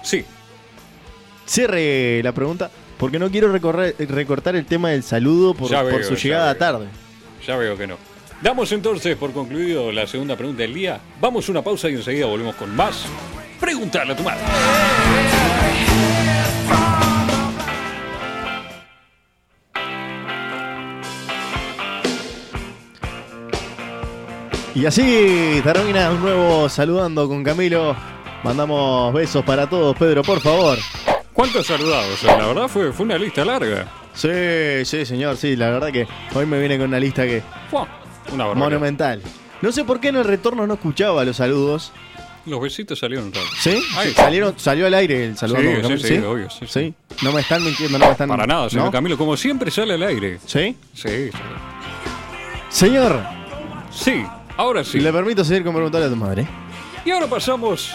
S1: Sí,
S2: cierre la pregunta porque no quiero recorrer- recortar el tema del saludo por,
S1: Ya
S2: por
S1: veo,
S2: su
S1: ya
S2: llegada
S1: veo.
S2: tarde.
S1: ya veo que no. Damos entonces por concluido la segunda pregunta del día. Vamos a una pausa y enseguida volvemos con más. Preguntarle a tu madre.
S2: Y así termina un nuevo saludando con Camilo. Mandamos besos para todos, Pedro, por favor.
S1: ¿Cuántos saludados? La verdad fue, fue una lista larga.
S2: Sí, sí, señor, sí, la verdad que hoy me viene con una lista que
S1: Fua. Una barbaridad.
S2: Monumental. No sé por qué en el retorno no escuchaba los saludos.
S1: Los besitos salieron raros.
S2: ¿Sí?
S1: Ay.
S2: Salieron, salió al aire el saludo.
S1: Sí,
S2: ¿no?
S1: sí, sí, obvio, sí, sí.
S2: ¿Sí? No me están mintiendo, no me están.
S1: Para nada, señor
S2: ¿no?
S1: Camilo. Como siempre sale al aire.
S2: ¿Sí?
S1: Sí, sí.
S2: Señor,
S1: Sí, ahora sí.
S2: le permito seguir con preguntarle a tu madre.
S1: Y ahora pasamos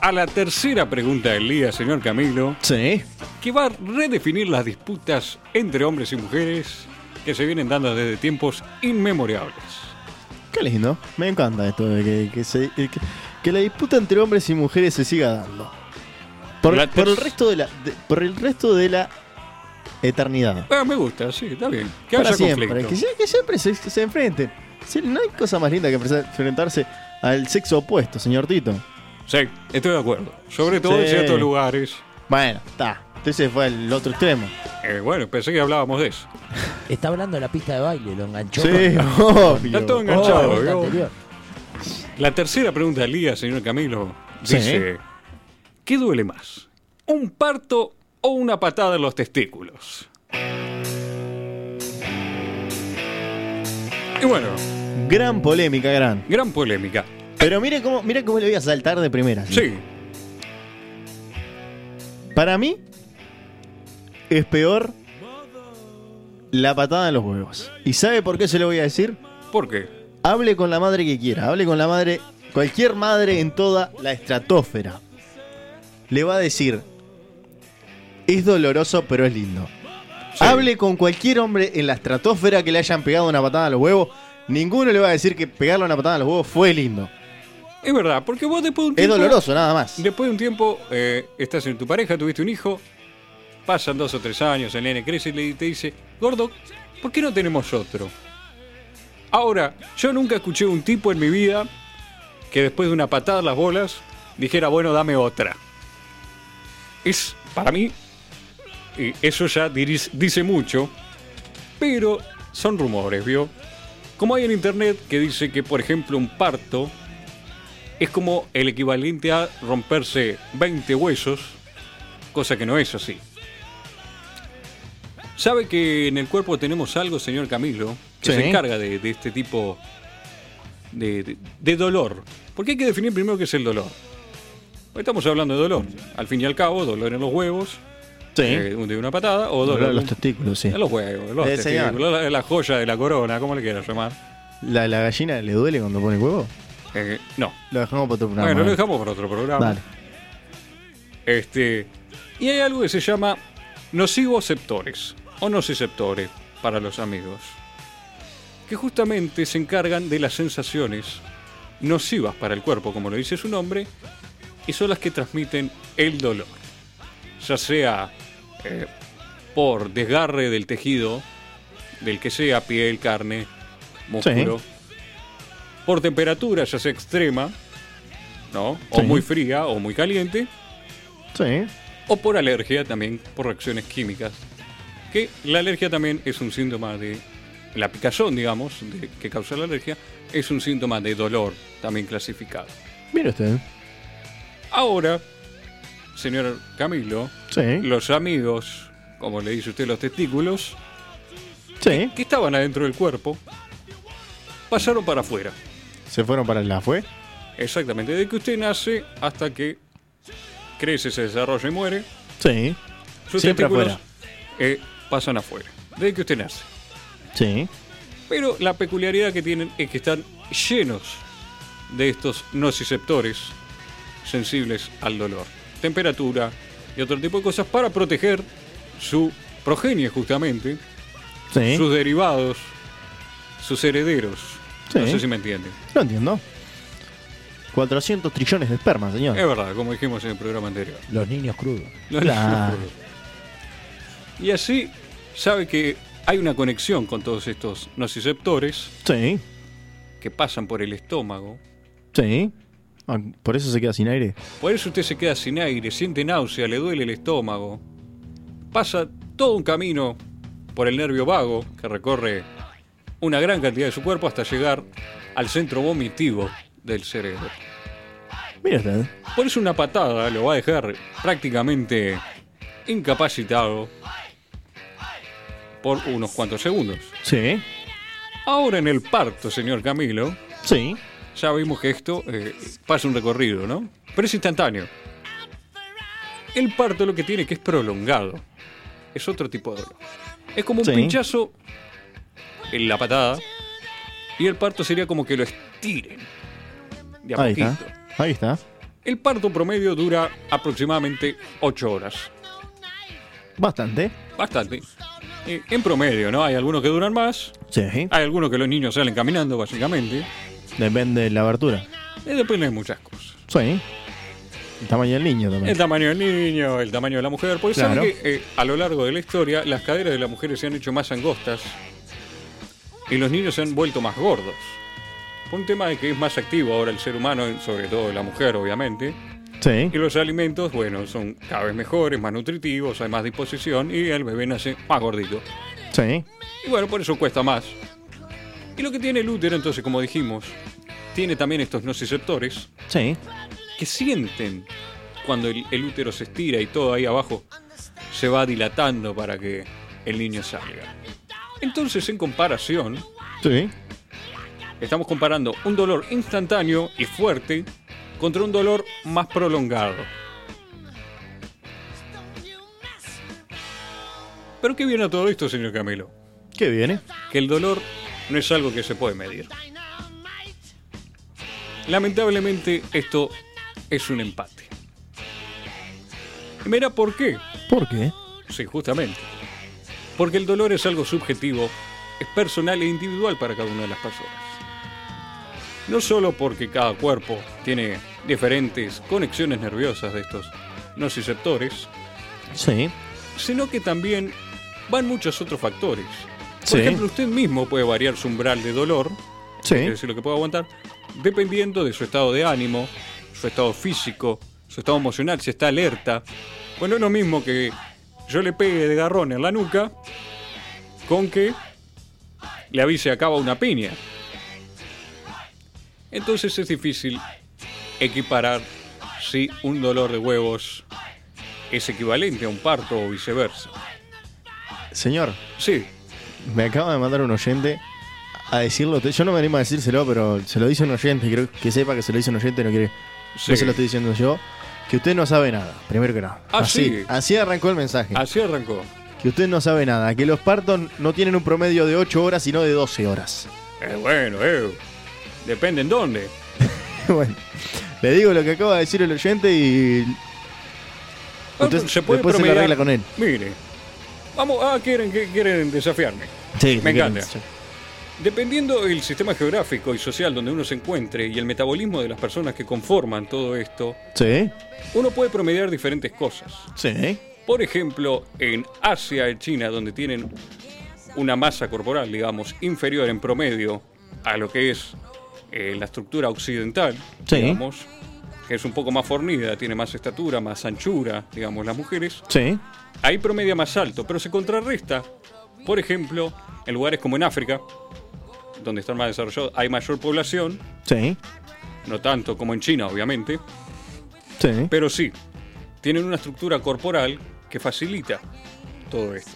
S1: a la tercera pregunta del día, señor Camilo,
S2: Sí.
S1: que va a redefinir las disputas entre hombres y mujeres que se vienen dando desde tiempos inmemorables.
S2: Qué lindo. Me encanta esto de que, que se- que- que la disputa entre hombres y mujeres se siga dando. Por,
S1: La
S2: por el
S1: terc-
S2: resto de la. de- por el resto de la eternidad.
S1: Ah, me gusta, sí, está bien. Que
S2: Para
S1: haya
S2: siempre.
S1: conflicto.
S2: Que, se- que siempre se, se enfrenten. Sí, no hay cosa más linda que enfre- enfrentarse al sexo opuesto, señor Tito.
S1: Sí, estoy de acuerdo. Sobre todo en
S2: Sí.
S1: ciertos lugares.
S2: Bueno, está. Entonces fue al otro extremo.
S1: Eh, bueno, pensé que hablábamos de eso.
S3: Está hablando de la pista de baile, lo enganchó.
S2: Sí,
S3: con-
S2: obvio.
S1: Está todo
S3: Oh, la
S1: enganchado,
S3: vuelta
S1: ¿vio?
S3: anterior.
S1: La tercera pregunta del día, señor Camilo,
S2: Sí.
S1: dice: ¿Qué duele más? ¿Un parto o una patada en los testículos? Y bueno,
S2: Gran polémica, gran.
S1: gran polémica.
S2: Pero mire cómo, mire cómo le voy a saltar de primera.
S1: Sí,
S2: Para mí es peor la patada en los huevos. ¿Y sabe por qué se lo voy a decir?
S1: ¿por qué?
S2: Hable con la madre que quiera, hable con la madre, cualquier madre en toda la estratosfera. Le va a decir, es doloroso pero es lindo.
S1: Sí.
S2: Hable con cualquier hombre en la estratosfera que le hayan pegado una patada a los huevos, ninguno le va a decir que pegarle una patada a los huevos fue lindo.
S1: Es verdad, porque vos después de un
S2: Es
S1: tiempo.
S2: doloroso nada más.
S1: Después de un tiempo, eh, estás en tu pareja, tuviste un hijo, pasan dos o tres años, el nene crece y le- te dice, gordo, ¿por qué no tenemos otro? Ahora, yo nunca escuché un tipo en mi vida que después de una patada en las bolas dijera, bueno, dame otra. Es, para mí, y eso ya diris- dice mucho, pero son rumores, ¿vio? Como hay en internet que dice que, por ejemplo, un parto es como el equivalente a romperse 20 huesos, cosa que no es así. ¿Sabe que en el cuerpo tenemos algo, señor Camilo, que
S2: Sí.
S1: se encarga de, de este tipo de, de- de dolor? Porque hay que definir primero qué es el dolor. Hoy Estamos hablando de dolor. Al fin y al cabo, dolor en los huevos, eh, de una patada, o dolor,
S2: Dolor a los testículos, sí.
S1: en los huevos, en los
S2: Eh, señor.
S1: testículos, la, la joya de la corona, como le quieras llamar.
S2: ¿La, la gallina le duele cuando pone el huevo?
S1: Eh, no.
S2: Lo dejamos para otro programa.
S1: bueno, lo
S2: eh.
S1: dejamos para otro programa.
S2: Dale.
S1: Este, y hay algo que se llama nocivoceptores o nociceptores para los amigos, que justamente se encargan de las sensaciones nocivas para el cuerpo, como lo dice su nombre, y son las que transmiten el dolor, ya sea eh, por desgarre del tejido, del que sea piel, carne, músculo, por temperatura, ya sea extrema, ¿no? O
S2: Sí.
S1: muy fría o muy caliente,
S2: Sí.
S1: o por alergia también, por reacciones químicas. Que la alergia también es un síntoma de. La picazón, digamos, de- que causa la alergia, es un síntoma de dolor también clasificado.
S2: Mire usted.
S1: Ahora, señor Camilo,
S2: Sí.
S1: los amigos, como le dice usted, los testículos,
S2: Sí.
S1: que estaban adentro del cuerpo, pasaron para afuera.
S2: Se fueron para la fue.
S1: Exactamente, desde que usted nace hasta que crece, se desarrolla y muere,
S2: Sí.
S1: sus
S2: Siempre
S1: testículos
S2: afuera.
S1: eh, pasan afuera. Desde que usted nace.
S2: Sí.
S1: Pero la peculiaridad que tienen es que están llenos de estos nociceptores sensibles al dolor, temperatura y otro tipo de cosas para proteger su progenie justamente,
S2: Sí.
S1: sus derivados, sus herederos.
S2: Sí.
S1: No sé si me entienden.
S2: No entiendo. 400 trillones de esperma, señor.
S1: Es verdad, como dijimos en el programa anterior.
S3: Los niños crudos.
S1: No-
S2: Claro.
S1: Y así sabe que hay una conexión con todos estos nociceptores
S2: Sí.
S1: que pasan por el estómago,
S2: Sí. Ah, por eso se queda sin aire.
S1: Por eso usted se queda sin aire, siente náusea, le duele el estómago. Pasa todo un camino por el nervio vago que recorre una gran cantidad de su cuerpo hasta llegar al centro vomitivo del cerebro.
S2: Mire usted.
S1: Por eso una patada lo va a dejar prácticamente incapacitado por unos cuantos segundos.
S2: Sí.
S1: Ahora en el parto, señor Camilo,
S2: Sí.
S1: ya vimos que esto eh, pasa un recorrido, ¿no? Pero es instantáneo. El parto lo que tiene que es prolongado. Es otro tipo de dolor. Es como un
S2: Sí.
S1: pinchazo en la patada. Y el parto sería como que lo estiren. De a
S2: Ahí
S1: poquito.
S2: está. Ahí está.
S1: El parto promedio dura aproximadamente 8 horas.
S2: Bastante.
S1: Bastante. Eh, en promedio, ¿no? Hay algunos que duran más.
S2: Sí.
S1: Hay algunos que los niños salen caminando, básicamente.
S2: Depende de la abertura.
S1: Eh, depende de muchas cosas.
S2: Sí. El tamaño del niño
S1: El
S2: también.
S1: tamaño del niño, el tamaño de la mujer. Porque saben
S2: Claro.
S1: que eh, a lo largo de la historia las caderas de las mujeres se han hecho más angostas y los niños se han vuelto más gordos. Por un tema de que es más activo ahora el ser humano, sobre todo la mujer, obviamente.
S2: Sí.
S1: Y los alimentos, bueno, son cada vez mejores, más nutritivos, hay más disposición y el bebé nace más gordito.
S2: Sí.
S1: Y bueno, por eso cuesta más. Y lo que tiene el útero, entonces, como dijimos, tiene también estos nociceptores
S2: Sí.
S1: que sienten cuando el, el útero se estira y todo ahí abajo se va dilatando para que el niño salga. Entonces, en comparación,
S2: Sí.
S1: estamos comparando un dolor instantáneo y fuerte contra un dolor más prolongado. Pero qué viene a todo esto, señor Camilo,
S2: ¿Qué viene?
S1: que el dolor no es algo que se puede medir. Lamentablemente, esto es un empate. Y mira por qué.
S2: ¿Por qué?
S1: Sí, justamente. Porque el dolor es algo subjetivo, es personal e individual para cada una de las personas. No solo porque cada cuerpo tiene diferentes conexiones nerviosas de estos nociceptores,
S2: Sí.
S1: sino que también van muchos otros factores. Por
S2: Sí.
S1: ejemplo, usted mismo puede variar su umbral de dolor, es
S2: Sí.
S1: decir, lo que puede aguantar, dependiendo de su estado de ánimo, su estado físico, su estado emocional, si está alerta. Bueno, es lo mismo que yo le pegue de garrón en la nuca con que le avise acaba una piña. Entonces es difícil equiparar si un dolor de huevos es equivalente a un parto o viceversa.
S2: Señor,
S1: Sí,
S2: me acaba de mandar un oyente a decirlo. Yo no me animo a decírselo, pero se lo dice un oyente. Creo que sepa que se lo dice un oyente. No quiere.
S1: Sí.
S2: No se lo estoy diciendo yo. Que usted no sabe nada. Primero que nada.
S1: Ah,
S2: así,
S1: sí. Ah.
S2: así arrancó el mensaje.
S1: así arrancó.
S2: Que usted no sabe nada. Que los partos no tienen un promedio de 8 horas, sino de 12 horas.
S1: Eh, bueno, eh. Depende en dónde.
S2: bueno, le digo lo que acaba de decir el oyente y.
S1: Ah,
S2: Usted- después se la arregla con él.
S1: Mire. Vamos, ah, quieren, que- quieren desafiarme.
S2: Sí,
S1: Me
S2: si quieren.
S1: encanta. Dependiendo del sistema geográfico y social donde uno se encuentre y el metabolismo de las personas que conforman todo esto,
S2: Sí,
S1: uno puede promediar diferentes cosas.
S2: sí.
S1: Por ejemplo, en Asia y China, donde tienen una masa corporal, digamos, inferior en promedio a lo que es eh, la estructura occidental,
S2: Sí.
S1: digamos, que es un poco más fornida, tiene más estatura, más anchura, digamos, las mujeres,
S2: Sí.
S1: ahí promedia más alto, pero se contrarresta, por ejemplo, en lugares como en África, donde están más desarrollados, hay mayor población,
S2: Sí.
S1: no tanto como en China, obviamente,
S2: Sí.
S1: pero sí, tienen una estructura corporal que facilita todo esto.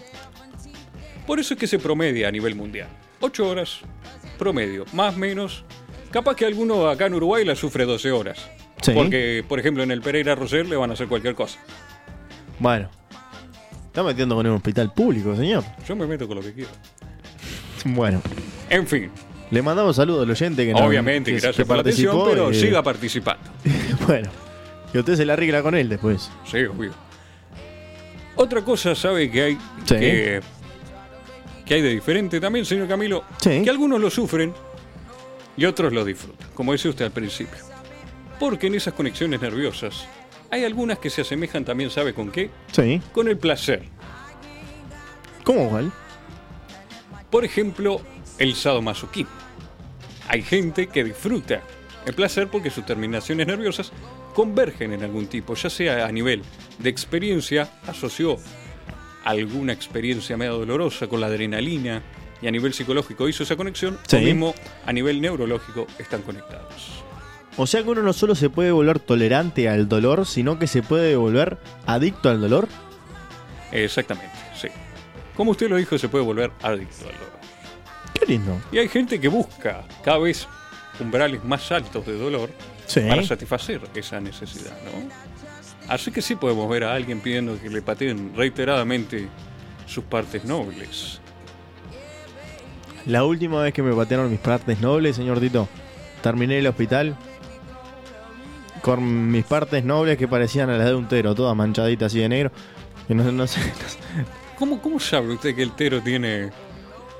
S1: Por eso es que se promedia a nivel mundial. 8 horas promedio, más menos. Capaz que alguno acá en Uruguay la sufre 12 horas.
S2: Sí.
S1: Porque, por ejemplo, en el Pereira Rosel le van a hacer cualquier cosa.
S2: Bueno. Está metiendo con un hospital público, señor.
S1: Yo me meto con lo que quiero.
S2: Bueno.
S1: En fin,
S2: Le mandamos saludos al oyente que no-
S1: obviamente,
S2: que- que
S1: gracias por la atención,
S2: participó,
S1: pero
S2: eh,
S1: siga participando.
S2: Bueno. Y usted se la arregla con él después.
S1: Sí, obvio. Otra cosa, ¿sabe que hay?
S2: Sí.
S1: Que, que hay de diferente también, señor Camilo.
S2: Sí.
S1: Que algunos lo sufren y otros lo disfrutan, como decía usted al principio. Porque en esas conexiones nerviosas hay algunas que se asemejan también, ¿sabe con qué?
S2: Sí.
S1: Con el placer.
S2: ¿Cómo, Juan?
S1: Por ejemplo, el sadomasoquismo. Hay gente que disfruta el placer porque sus terminaciones nerviosas convergen en algún tipo, ya sea a nivel de experiencia, asoció alguna experiencia medio dolorosa con la adrenalina y a nivel psicológico hizo esa conexión,
S2: Sí.
S1: o mismo a nivel neurológico están conectados.
S2: O sea que uno no solo se puede volver tolerante al dolor, sino que se puede volver adicto al dolor.
S1: Exactamente, sí. Como usted lo dijo, se puede volver adicto al dolor.
S2: Qué lindo.
S1: Y hay gente que busca cada vez umbrales más altos de dolor
S2: Sí.
S1: para satisfacer esa necesidad, ¿no? Así que sí podemos ver a alguien pidiendo que le pateen reiteradamente sus partes nobles.
S2: La última vez que me patearon mis partes nobles, señor Tito, terminé el hospital con mis partes nobles que parecían a las de un tero, todas manchaditas así de negro. Y no, no sé. no sé.
S1: ¿Cómo, cómo sabe usted que el tero tiene...?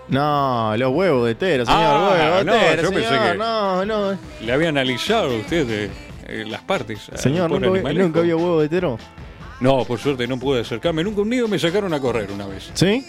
S2: No, los huevos de tero, señor.
S1: Ah,
S2: huevos de
S1: no,
S2: tero,
S1: yo pensé
S2: señor,
S1: que-
S2: No, no.
S1: ¿Le había analizado usted eh, eh, las partes? al
S2: Señor,
S1: pobre
S2: nunca, vi-
S1: animalejo?
S2: nunca había huevo de tero.
S1: No, por suerte no pude acercarme. Nunca un nido me sacaron a correr una vez.
S2: ¿Sí?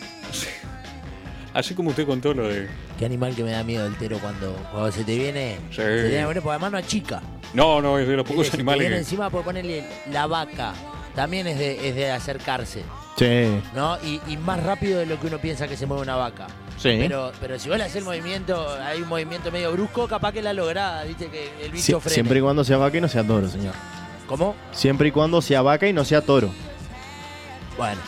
S1: Así como usted contó lo de...
S3: Qué animal que me da miedo el tero cuando, cuando se te viene.
S1: Sí.
S3: Se te viene, bueno, porque además no achica.
S1: No, no, es de los
S3: Se
S1: pocos
S3: te
S1: animales
S3: viene
S1: que...
S3: encima por ponerle la vaca. También es de, es de acercarse,
S2: Sí.
S3: ¿no? Y, y más rápido de lo que uno piensa que se mueve una vaca.
S2: Sí.
S3: Pero, pero si vos le haces el movimiento, hay un movimiento medio brusco, capaz que la lográs, viste, que el bicho
S2: Sie-
S3: frene.
S2: siempre y cuando sea vaca y no sea toro, señor.
S3: ¿Cómo?
S2: Siempre y cuando sea vaca y no sea toro.
S3: Bueno,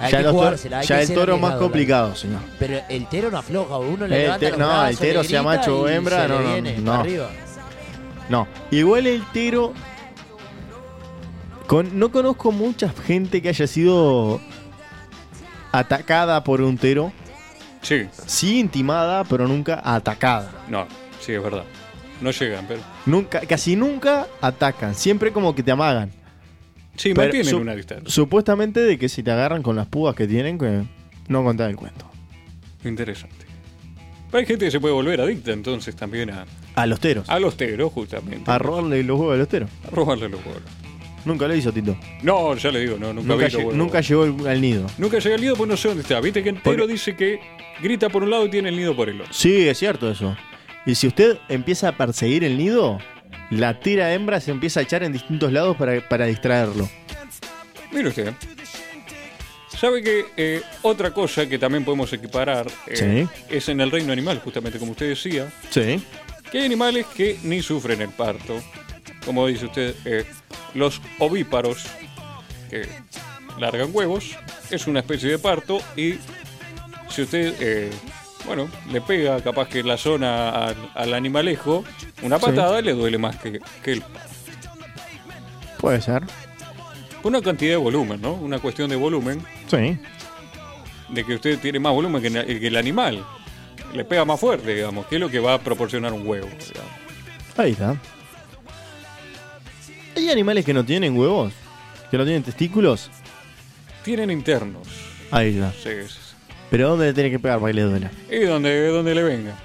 S3: hay
S2: ya
S3: que
S2: los toros-
S3: jugársela, hay
S2: ya
S3: que
S2: el
S3: ser
S2: toro es más
S3: arriesgado,
S2: complicado, señor.
S3: claro. Pero el tero no afloja, uno le
S2: El
S3: levanta
S2: te-
S3: los
S2: no, el
S3: brazos,
S2: tero
S3: le
S2: sea
S3: grita
S2: macho o
S3: y
S2: hembra,
S3: se le
S2: no, no,
S3: viene
S2: no.
S3: para arriba.
S2: No, igual el tiro. Con, no conozco mucha gente que haya sido atacada por un tero.
S1: Sí,
S2: Sí intimada, pero nunca atacada.
S1: no, sí, es verdad. No llegan, pero...
S2: Nunca, casi nunca atacan. Siempre como que te amagan.
S1: Sí,
S2: Pero
S1: mantienen
S2: su-
S1: una distancia.
S2: Supuestamente de que si te agarran con las púas que tienen, que no contás el cuento.
S1: Interesante. Pero hay gente que se puede volver adicta entonces también a,
S2: A los teros.
S1: a los teros, justamente.
S2: A robarle los huevos a los teros.
S1: A robarle los bolos.
S2: Nunca lo hizo Tito.
S1: No, ya le digo, no, nunca,
S2: Nunca,
S1: vi los
S2: lle- e-
S1: bolos.
S2: nunca llegó el- al nido.
S1: Nunca llegué al nido porque no sé dónde está. Viste que el tero
S2: Porque-
S1: dice que grita por un lado y tiene el nido por el otro.
S2: Sí, es cierto eso. Y si usted empieza a perseguir el nido, la tira hembra se empieza a echar en distintos lados para, para distraerlo.
S1: Mire usted. ¿eh? Sabe que eh, otra cosa que también podemos equiparar eh, es en el reino animal, justamente como usted decía,
S2: Sí.
S1: que hay animales que ni sufren el parto. Como dice usted, eh, los ovíparos que largan huevos es una especie de parto y si usted, eh, bueno, le pega capaz que en la zona al, al animalejo, una
S2: Sí.
S1: patada le duele más que, que el
S2: Puede ser.
S1: Una cantidad de volumen, ¿no? Una cuestión de volumen,
S2: Sí.
S1: de que usted tiene más volumen que, na- que el animal. Le pega más fuerte, digamos, que es lo que va a proporcionar un huevo. digamos.
S2: Ahí está. Hay animales que no tienen huevos, que no tienen testículos.
S1: Tienen internos.
S2: Ahí está.
S1: Sí, sí, sí.
S2: Pero ¿dónde le tiene que pegar para que le duela?
S1: Y donde, donde le venga.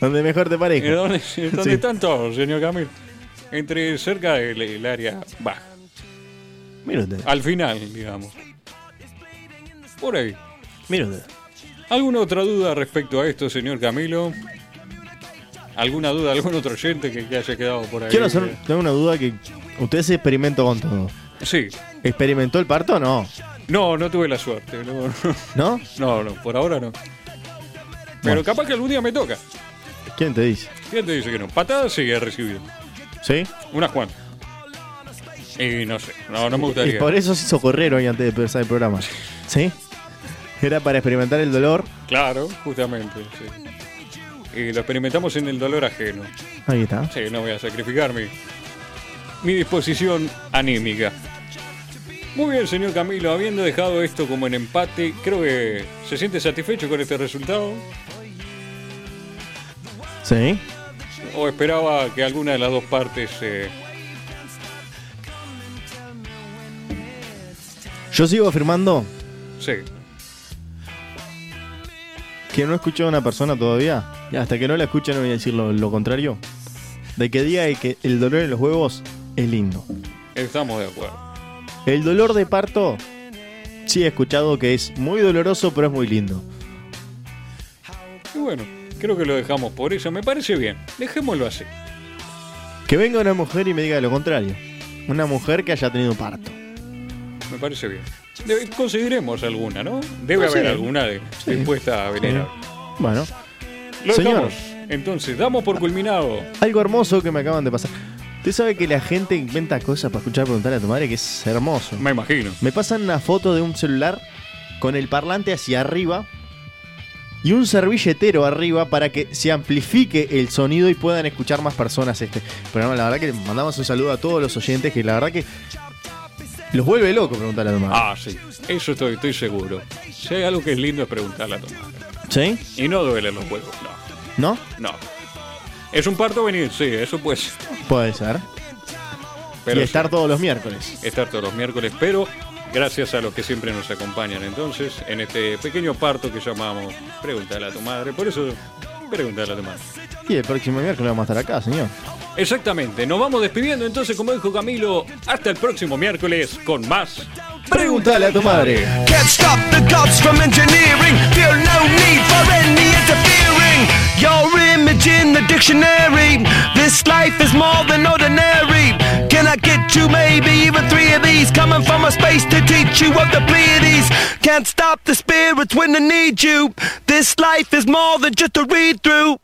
S2: Donde mejor te
S1: ¿Y
S2: parezca.
S1: dónde, dónde
S2: Sí.
S1: están todos, señor Camil? Entre cerca del el área baja.
S2: Mire usted,
S1: Al final, digamos. Por ahí.
S2: mire usted.
S1: ¿Alguna otra duda respecto a esto, señor Camilo? ¿Alguna duda, algún otro oyente que, que haya quedado por ahí?
S2: Quiero hacer tengo una duda que usted se experimentó con todo.
S1: Eh, Sí.
S2: ¿Experimentó el parto o no?
S1: No, no tuve la suerte. no, no.
S2: ¿No?
S1: No, no, por ahora no. Pero capaz que algún día me toca.
S2: ¿Quién te dice?
S1: ¿Quién te dice que no? Patadas sí he recibido.
S2: ¿Sí?
S1: Unas cuantas. Y no sé, no, no me
S2: Y
S1: gustaría.
S2: por eso se hizo correr hoy antes de empezar el programa. ¿Sí? Era para experimentar el dolor.
S1: Claro, justamente. sí. Y lo experimentamos en el dolor ajeno.
S2: Ahí está.
S1: Sí, no voy a sacrificar mi, mi disposición anímica. Muy bien, señor Camilo, habiendo dejado esto como en empate, creo que se siente satisfecho con este resultado.
S2: ¿Sí?
S1: ¿O esperaba que alguna de las dos partes... eh,
S2: Yo sigo afirmando
S1: sí,
S2: que no he escuchado a una persona todavía. Y hasta que no la escuche no voy a decir lo, lo contrario. De que diga que el dolor en los huevos es lindo.
S1: estamos de acuerdo.
S2: El dolor de parto, sí he escuchado que es muy doloroso, pero es muy lindo.
S1: Y bueno, creo que lo dejamos por eso. Me parece bien. Dejémoslo así.
S2: Que venga una mujer y me diga lo contrario. Una mujer que haya tenido parto.
S1: Me parece bien. Debe- conseguiremos alguna, ¿no? Debe
S2: Pues
S1: haber
S2: sí.
S1: alguna de-
S2: Sí.
S1: dispuesta a venir. a-
S2: ¿Eh? Bueno,
S1: Lo
S2: Señor.
S1: dejamos. Entonces, damos por culminado.
S2: algo hermoso que me acaban de pasar. Usted sabe que la gente inventa cosas para escuchar preguntar a tu madre que es hermoso.
S1: Me imagino.
S2: Me pasan una foto de un celular con el parlante hacia arriba y un servilletero arriba para que se amplifique el sonido y puedan escuchar más personas este programa. La verdad que le mandamos un saludo a todos los oyentes que la verdad que los vuelve loco preguntarle a tu madre.
S1: Ah, sí. Eso estoy, estoy seguro. Si hay algo que es lindo es preguntarle a tu madre.
S2: ¿Sí?
S1: Y no duelen los huevos, no.
S2: ¿No?
S1: No. ¿Es un parto venir? Sí, eso puede ser.
S2: Puede ser.
S1: Pero
S2: y
S1: sí,
S2: estar todos los miércoles.
S1: estar todos los miércoles, pero gracias a los que siempre nos acompañan entonces en este pequeño parto que llamamos Pregúntale a tu madre. Por eso, pregúntale a tu madre.
S2: Y el próximo miércoles vamos a estar acá, señor.
S1: Exactamente, nos vamos despidiendo entonces, como dijo Camilo, hasta el próximo miércoles con más.
S2: Pregúntale a tu madre.
S4: Can't stop the cops from engineering. Feel no need for any interfering. Your image in the dictionary. This life is more than ordinary. Can I get two, maybe even three of these? Coming from a space to teach you of the Pleiades. Can't stop the spirits when they need you. This life is more than just a read through.